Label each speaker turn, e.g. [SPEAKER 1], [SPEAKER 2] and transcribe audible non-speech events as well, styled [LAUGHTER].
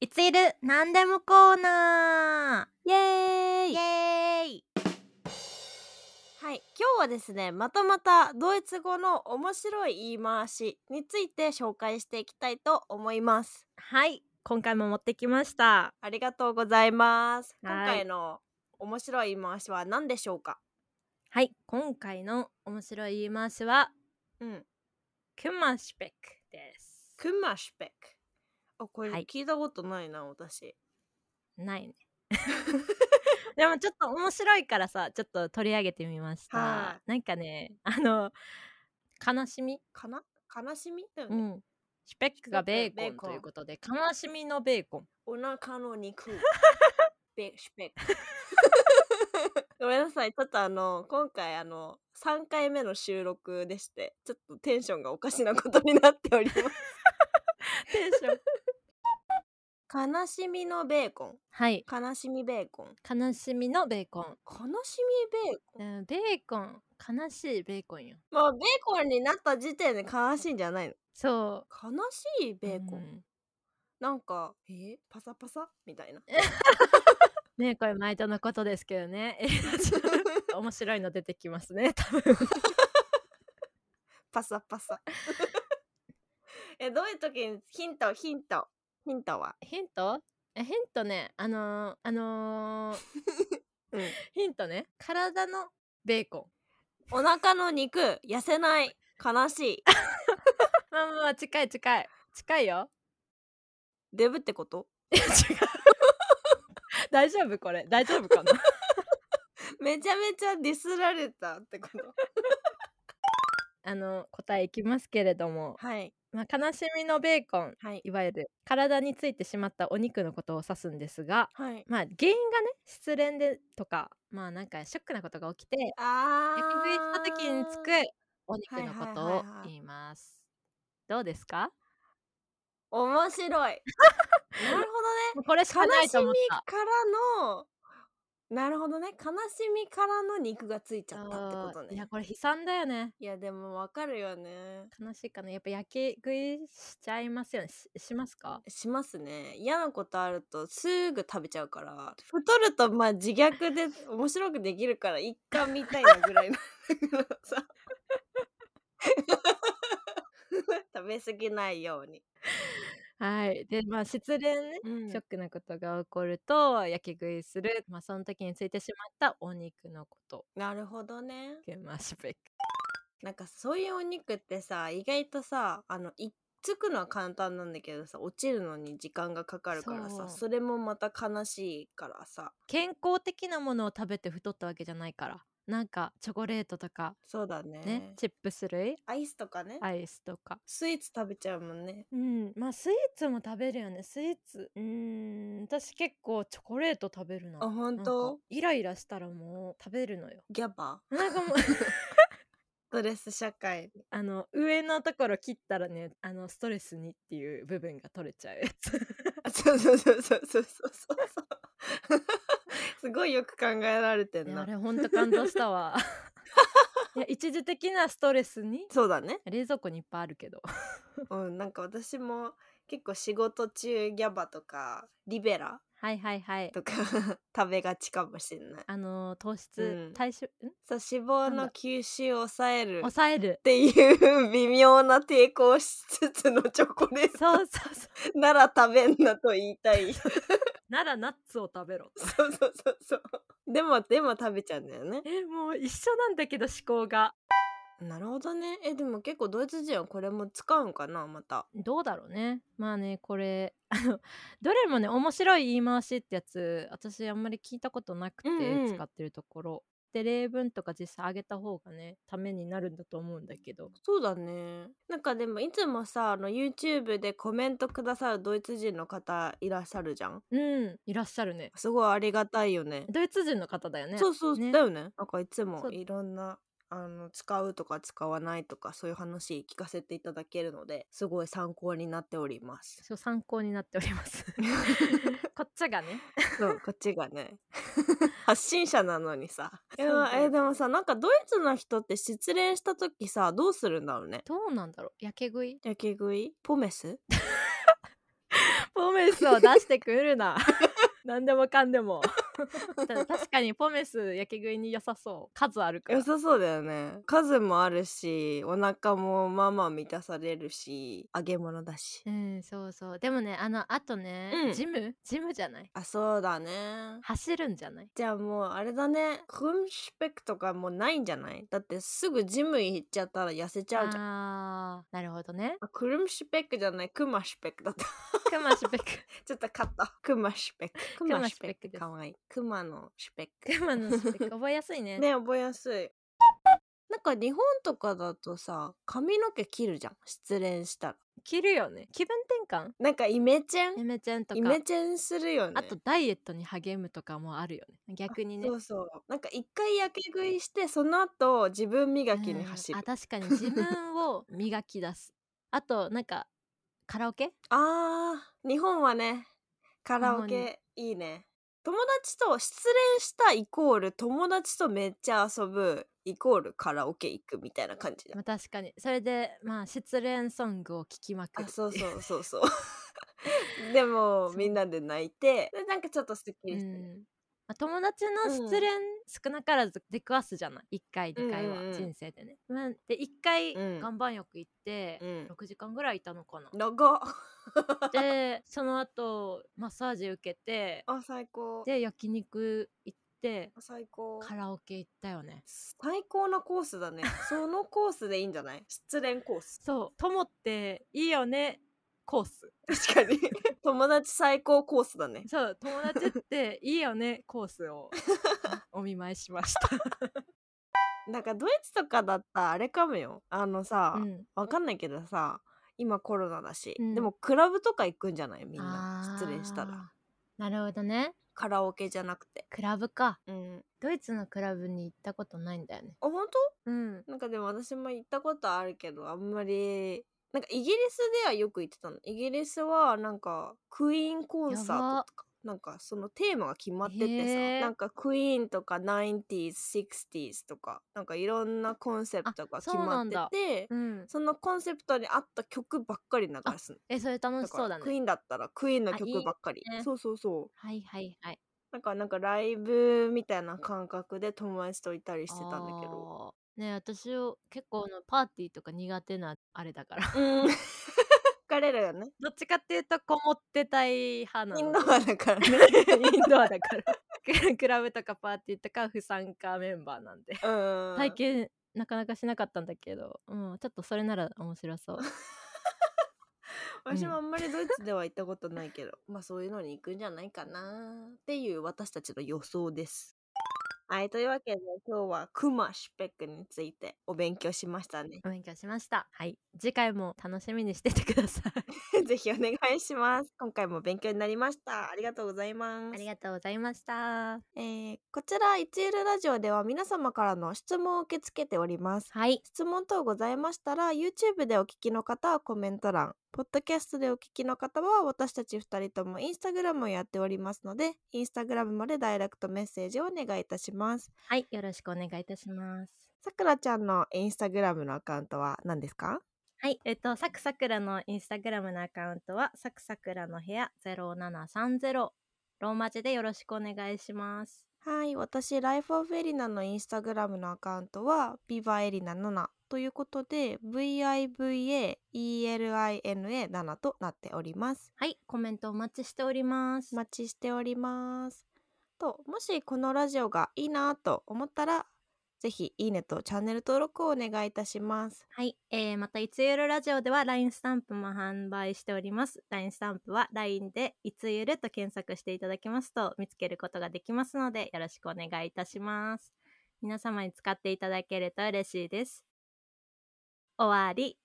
[SPEAKER 1] いついる何でもコーナ
[SPEAKER 2] イエー
[SPEAKER 1] ーイエ
[SPEAKER 2] イ
[SPEAKER 1] ーイ
[SPEAKER 2] はい、今日はですね、またまたドイツ語の面白い言い回しについて紹介していきたいと思います。
[SPEAKER 1] はい今回も持ってきました
[SPEAKER 2] ありがとうございます。
[SPEAKER 1] はい
[SPEAKER 2] 今回の面白い言い回しは何でしょうか
[SPEAKER 1] はい今回の面白い言い回しは
[SPEAKER 2] うん、
[SPEAKER 1] クマシュペックです
[SPEAKER 2] クマシュペック。あ、これ
[SPEAKER 1] はい
[SPEAKER 2] 聞いたことないな、私。
[SPEAKER 1] ないね [LAUGHS] でもちょっと面白いからさちょっと取り上げてみました、
[SPEAKER 2] は
[SPEAKER 1] なんかねあの悲しみ、
[SPEAKER 2] かな悲しみだよ
[SPEAKER 1] う
[SPEAKER 2] ね、
[SPEAKER 1] ん、シュペックがベー
[SPEAKER 2] シュペッ
[SPEAKER 1] コン
[SPEAKER 2] クがベーコン
[SPEAKER 1] ということで悲しみのベーコン
[SPEAKER 2] お腹の [LAUGHS] 肉。ベシュペック。ごめんなさい、ちょっとあの、今回あの、3回目の収録でして、ちょっとテンションがおかしなことになっております。
[SPEAKER 1] テンション
[SPEAKER 2] [LAUGHS] 悲しみのベーコン
[SPEAKER 1] はい
[SPEAKER 2] 悲しみベーコン
[SPEAKER 1] 悲しみのベーコン
[SPEAKER 2] 悲しみベーコン
[SPEAKER 1] うんベーコン悲しいベーコンよ
[SPEAKER 2] まあベーコンになった時点で悲しいんじゃないの
[SPEAKER 1] そ
[SPEAKER 2] 悲しいうベーコン、
[SPEAKER 1] うん
[SPEAKER 2] なんかえーパサパサみたいな
[SPEAKER 1] ねこれ毎度のことですけどね [LAUGHS] 面白いの出てきますね多分
[SPEAKER 2] パサパ [LAUGHS] サえどういう時にヒントヒントヒントは、
[SPEAKER 1] ヒントえヒントねあのー、あのー、
[SPEAKER 2] うん、
[SPEAKER 1] [LAUGHS] ヒントね体のベーコン
[SPEAKER 2] お腹の肉痩せない悲しい
[SPEAKER 1] [LAUGHS] まあまあまあ近い近い近いよ
[SPEAKER 2] デブってこと
[SPEAKER 1] [LAUGHS]
[SPEAKER 2] [LAUGHS]
[SPEAKER 1] い [LAUGHS] や違う大丈夫これ大丈夫かな [LAUGHS]
[SPEAKER 2] めちゃめちゃディスられたってこと
[SPEAKER 1] あの答えいきますけれど [LAUGHS] も、
[SPEAKER 2] はい
[SPEAKER 1] まあ、悲しみのベーコン
[SPEAKER 2] はい
[SPEAKER 1] いわゆる体についてしまったお肉のことを指すんですが
[SPEAKER 2] はい
[SPEAKER 1] まあ原因がね失恋でとかまあなんかショックなことが起きて
[SPEAKER 2] あ
[SPEAKER 1] 焼き食いした時につくお肉のこと
[SPEAKER 2] はいは
[SPEAKER 1] を
[SPEAKER 2] いはいはい
[SPEAKER 1] 言います、どうですか
[SPEAKER 2] 面
[SPEAKER 1] [LAUGHS]
[SPEAKER 2] 白いなるほどね
[SPEAKER 1] もうこれしかないと思った
[SPEAKER 2] 悲しみからのなるほどね悲しみからの肉がついちゃったってこと
[SPEAKER 1] い
[SPEAKER 2] ね
[SPEAKER 1] やこれ悲惨だよね
[SPEAKER 2] いやでもわかるよね
[SPEAKER 1] 悲しいかなやっぱ焼き食いしちゃいますよねししますか
[SPEAKER 2] しますね嫌なことあるとすぐ食べちゃうから太るとまあ自虐で面白くできるから一貫みたいなぐらいのだからさ [LAUGHS] 食べ過ぎないように、
[SPEAKER 1] はいでまあ失恋ね、ショックなことが起こると焼き食いするまあその時についてしまったお肉のこと
[SPEAKER 2] なるほどね
[SPEAKER 1] ゲンマシュペック
[SPEAKER 2] なんかそういうお肉ってさ意外とさあのいっつくのは簡単なんだけどさ落ちるのに時間がかかるから
[SPEAKER 1] そ
[SPEAKER 2] さ
[SPEAKER 1] う
[SPEAKER 2] それもまた悲しいからさ
[SPEAKER 1] 健康的なものを食べて太ったわけじゃないからなんかチョコレートとか
[SPEAKER 2] そうだね
[SPEAKER 1] ね、チップス類
[SPEAKER 2] アイスとかね、
[SPEAKER 1] アイスとか
[SPEAKER 2] スイーツ食べちゃうもんね
[SPEAKER 1] うんまあスイーツも食べるよねスイーツうん私結構チョコレート食べるな
[SPEAKER 2] あ本
[SPEAKER 1] なんか
[SPEAKER 2] 当
[SPEAKER 1] イライラしたらもう食べるの [LAUGHS] よ
[SPEAKER 2] ギャバ
[SPEAKER 1] なんかもう
[SPEAKER 2] ドレス社会
[SPEAKER 1] あの上のところ切ったらねあのストレスにっていう部分が取れちゃうやつ
[SPEAKER 2] あそうそうそうそうそうそうそうそう [LAUGHS] すごいよく考えられて
[SPEAKER 1] い
[SPEAKER 2] ん
[SPEAKER 1] やあ
[SPEAKER 2] な
[SPEAKER 1] れほんと感動したわ [LAUGHS] いや一時的なストレスに
[SPEAKER 2] そうだね
[SPEAKER 1] [LAUGHS] 冷蔵庫にいっぱいあるけど
[SPEAKER 2] うんなんか私も結構仕事中ギャバとかリベラ
[SPEAKER 1] はいはいはい
[SPEAKER 2] とか [LAUGHS] 食べがちかもしれない
[SPEAKER 1] あの糖
[SPEAKER 2] う
[SPEAKER 1] 質
[SPEAKER 2] ん
[SPEAKER 1] 体脂、ん
[SPEAKER 2] そう脂肪
[SPEAKER 1] なん
[SPEAKER 2] の
[SPEAKER 1] だ
[SPEAKER 2] 吸収を抑えるっ
[SPEAKER 1] 抑える
[SPEAKER 2] ていう微妙な抵抗をしつつのチョコレー
[SPEAKER 1] [LAUGHS] そうそ
[SPEAKER 2] ト
[SPEAKER 1] うそう [LAUGHS]
[SPEAKER 2] [LAUGHS] なら食べんなと言いたい [LAUGHS] そう
[SPEAKER 1] ならナッツを食べろ [LAUGHS]
[SPEAKER 2] そうそうそうでもでも食べちゃうんだよね
[SPEAKER 1] えもう一緒なんだけど思考が
[SPEAKER 2] なるほどねえでも結構ドイツ人はこれも使うんかなまた
[SPEAKER 1] どうだろうねまあねこれあの [LAUGHS] どれもね面白い言い回しってやつ私あんまり聞いたことなくて、
[SPEAKER 2] うんうん
[SPEAKER 1] 使ってるところで例文とか実際あげた方がねためになるんだと思うんだけど
[SPEAKER 2] そうだねなんかでもいつもさあの YouTube でコメントくださるドイツ人の方いらっしゃるじゃん
[SPEAKER 1] うんいらっしゃるね
[SPEAKER 2] すごいありがたいよね
[SPEAKER 1] ドイツ人の方だよね
[SPEAKER 2] そうそう、
[SPEAKER 1] ね
[SPEAKER 2] だよねなんかいつ
[SPEAKER 1] そ
[SPEAKER 2] も
[SPEAKER 1] う
[SPEAKER 2] いろんなあの使うとか使わないとかそういう話聞かせていただけるのですごい参考になってお
[SPEAKER 1] [LAUGHS]
[SPEAKER 2] ります
[SPEAKER 1] そう参考になっております [LAUGHS] こっちがね
[SPEAKER 2] そうこっちが
[SPEAKER 1] [LAUGHS]
[SPEAKER 2] ね発信者なのにさ
[SPEAKER 1] そ
[SPEAKER 2] い
[SPEAKER 1] う
[SPEAKER 2] や
[SPEAKER 1] だよ
[SPEAKER 2] えでもさなんかドイツの人って失恋した時さどうするんだろうね
[SPEAKER 1] どうなんだろうやけ食い
[SPEAKER 2] 焼け食いポメス
[SPEAKER 1] ポポメスを出してくる [LAUGHS] な何でもかんでも [LAUGHS] ただ確かにポメス焼け食いに良さそう数あるから
[SPEAKER 2] 良さそうだよね数もあるしお腹もまあまあ満たされるし揚げ物だし
[SPEAKER 1] うんそうそうでもねあのあとね、
[SPEAKER 2] うん
[SPEAKER 1] ジムジムじゃない
[SPEAKER 2] あそうだね
[SPEAKER 1] 走るんじゃない
[SPEAKER 2] じゃあもうあれだねクンシュペクとかもうないんじゃないだってすぐジム行っちゃったら痩せちゃうじゃん
[SPEAKER 1] あーなるほどね
[SPEAKER 2] あクルムシュペックじゃないクマシュペックだった [LAUGHS]
[SPEAKER 1] クマシュペック
[SPEAKER 2] ちょっと勝ったクマシュペックク
[SPEAKER 1] マ
[SPEAKER 2] マ
[SPEAKER 1] シ
[SPEAKER 2] シ
[SPEAKER 1] ュ
[SPEAKER 2] ュ
[SPEAKER 1] ペッ
[SPEAKER 2] ペッ
[SPEAKER 1] ク
[SPEAKER 2] ク
[SPEAKER 1] です
[SPEAKER 2] かわいいクマのシュペッ [LAUGHS] ク
[SPEAKER 1] クマのシュペック覚えやすいね
[SPEAKER 2] ね覚えやすいなんか日本とかだとさ髪の毛切るじゃん失恋したら
[SPEAKER 1] 着るよね気分転換
[SPEAKER 2] なんかイメチェン
[SPEAKER 1] エメちゃんとか
[SPEAKER 2] イメチェンするよね
[SPEAKER 1] あとダイエットに励むとかもあるよね逆にね
[SPEAKER 2] そうそうなんか一回やけ食いしてその後自分磨きに走る、
[SPEAKER 1] うんあ確かに自分を磨き出すあとなんかカラオケ
[SPEAKER 2] あー日本はねカラオ
[SPEAKER 1] 日本
[SPEAKER 2] ケいいね友達と失恋したイコール友達とめっちゃ遊ぶイコールカラオケ行くみたいな感じだ
[SPEAKER 1] まあ確かにそれでまあ失恋ソングを聴きまくる
[SPEAKER 2] あそう
[SPEAKER 1] う、
[SPEAKER 2] そうそうそう [LAUGHS] でも
[SPEAKER 1] そう
[SPEAKER 2] みんなで泣いてでなんかちょっとすっき
[SPEAKER 1] う
[SPEAKER 2] りして、
[SPEAKER 1] んまあ、友達の失恋少なからず出くわすじゃない1回2回は
[SPEAKER 2] うんうんうん
[SPEAKER 1] 人生でね、まあで1回
[SPEAKER 2] うん
[SPEAKER 1] 岩盤浴行って
[SPEAKER 2] うん
[SPEAKER 1] 6時間ぐらいいたのかな、
[SPEAKER 2] 長っ [LAUGHS]
[SPEAKER 1] でその後マッサージ受けて
[SPEAKER 2] あ最高
[SPEAKER 1] で焼肉行って
[SPEAKER 2] 最高
[SPEAKER 1] カラオケ行ったよね
[SPEAKER 2] 最高なコースだねそのコースでいいんじゃない失恋コース
[SPEAKER 1] そう友っていいよねコース
[SPEAKER 2] [LAUGHS] 確かに [LAUGHS] 友達最高コースだね
[SPEAKER 1] そう友達っていいよねコース
[SPEAKER 2] [LAUGHS]
[SPEAKER 1] をお見舞いしました、
[SPEAKER 2] なんかドイツとかだったらあれかもよあのさ、
[SPEAKER 1] うん、
[SPEAKER 2] わかんないけどさ今コロナだし、
[SPEAKER 1] うん
[SPEAKER 2] でもクラブとか行くんじゃないみんな失恋したら
[SPEAKER 1] なるほどね
[SPEAKER 2] カラオケじゃなくて
[SPEAKER 1] クラブか
[SPEAKER 2] うん
[SPEAKER 1] ドイツのクラブに行ったことないんだよね
[SPEAKER 2] あ本
[SPEAKER 1] うん
[SPEAKER 2] 当なんかでも私も行ったことあるけどあんまりなんかイギリスではよく行ってたのイギリスはなんかクイーンコンサ
[SPEAKER 1] や
[SPEAKER 2] ー
[SPEAKER 1] ば
[SPEAKER 2] トとかなんかそのテーマが決まってて
[SPEAKER 1] へー
[SPEAKER 2] さなんかクイーンとか 90s、60s とかなんかいろんなコンセプトが
[SPEAKER 1] あ
[SPEAKER 2] 決
[SPEAKER 1] そうな
[SPEAKER 2] まっ
[SPEAKER 1] ん
[SPEAKER 2] て
[SPEAKER 1] だ
[SPEAKER 2] て
[SPEAKER 1] うん
[SPEAKER 2] そのコンセプトに合った曲ばっかり流すの。
[SPEAKER 1] えそれ楽
[SPEAKER 2] だ
[SPEAKER 1] し
[SPEAKER 2] か
[SPEAKER 1] そう
[SPEAKER 2] ら
[SPEAKER 1] だ
[SPEAKER 2] クイ
[SPEAKER 1] ね
[SPEAKER 2] ーンだったらクイーンの
[SPEAKER 1] あいい
[SPEAKER 2] 曲ばっかり。
[SPEAKER 1] ね
[SPEAKER 2] そうそうそう。
[SPEAKER 1] はいはいはい
[SPEAKER 2] なんかなんかライブみたいな感覚で友達といたりしてたんだけど。
[SPEAKER 1] あーね私を結構あのパーティーとか苦手なあれだから
[SPEAKER 2] うん。 [LAUGHS] 疲れるよね。
[SPEAKER 1] [LAUGHS] どっちかっていうとこもってたい派な
[SPEAKER 2] イン
[SPEAKER 1] の [LAUGHS]
[SPEAKER 2] ドアだからね。
[SPEAKER 1] インドアだから [LAUGHS] クラブとかパーティーとか不参加メンバーなんで
[SPEAKER 2] うん。
[SPEAKER 1] 体験なかなかしなかったんだけど、うん、ちょっとそれなら面白そう
[SPEAKER 2] 私もあんまりドイツでは行ったことな
[SPEAKER 1] [LAUGHS]
[SPEAKER 2] いけど、まあそういうのに行くんじゃないかなっていう私たちの予想です。はい、というわけで今日はクマシュペックについてお勉強しましたね。 [LAUGHS]
[SPEAKER 1] お勉強しましたはい次回も楽しみにしててください
[SPEAKER 2] ぜひお願いします。今回も勉強になりました。ありがとうございます。
[SPEAKER 1] ありがとうございました
[SPEAKER 2] えーこちら、いちゆるラジオでは皆様からの質問を受け付けております。
[SPEAKER 1] はい
[SPEAKER 2] 質問等ございましたら、YouTube でお聞きの方はコメント欄、ポッドキャストでお聞きの方は私たち2人とも Instagram をやっておりますので、Instagram までダイレクトメッセージをお願いいたします。
[SPEAKER 1] はいよろしくお願いいたします
[SPEAKER 2] さくらちゃんの Instagram のアカウントは何ですか
[SPEAKER 1] はいえっとサクサクラのインスタグラムのアカウントはサクサクラの部屋0730ローマ字でよろしくお願いします
[SPEAKER 2] はい、私、ライフオフエリナのインスタグラムのアカウントは、ビバエリナ7ということで、VIVAELINA7 となっております。
[SPEAKER 1] はいコメントお待ちしております
[SPEAKER 2] お待ちしております。と、もしこのラジオがいいなと思ったら、ぜひ、いいねとチャンネル登録をお願いいたします。
[SPEAKER 1] はい、えー、またいつゆるラジオでは LINE スタンプも販売しております LINE スタンプは LINE でいつゆると検索していただきますと見つけることができますのでよろしくお願いいたします皆様に使っていただけると嬉しいです終わり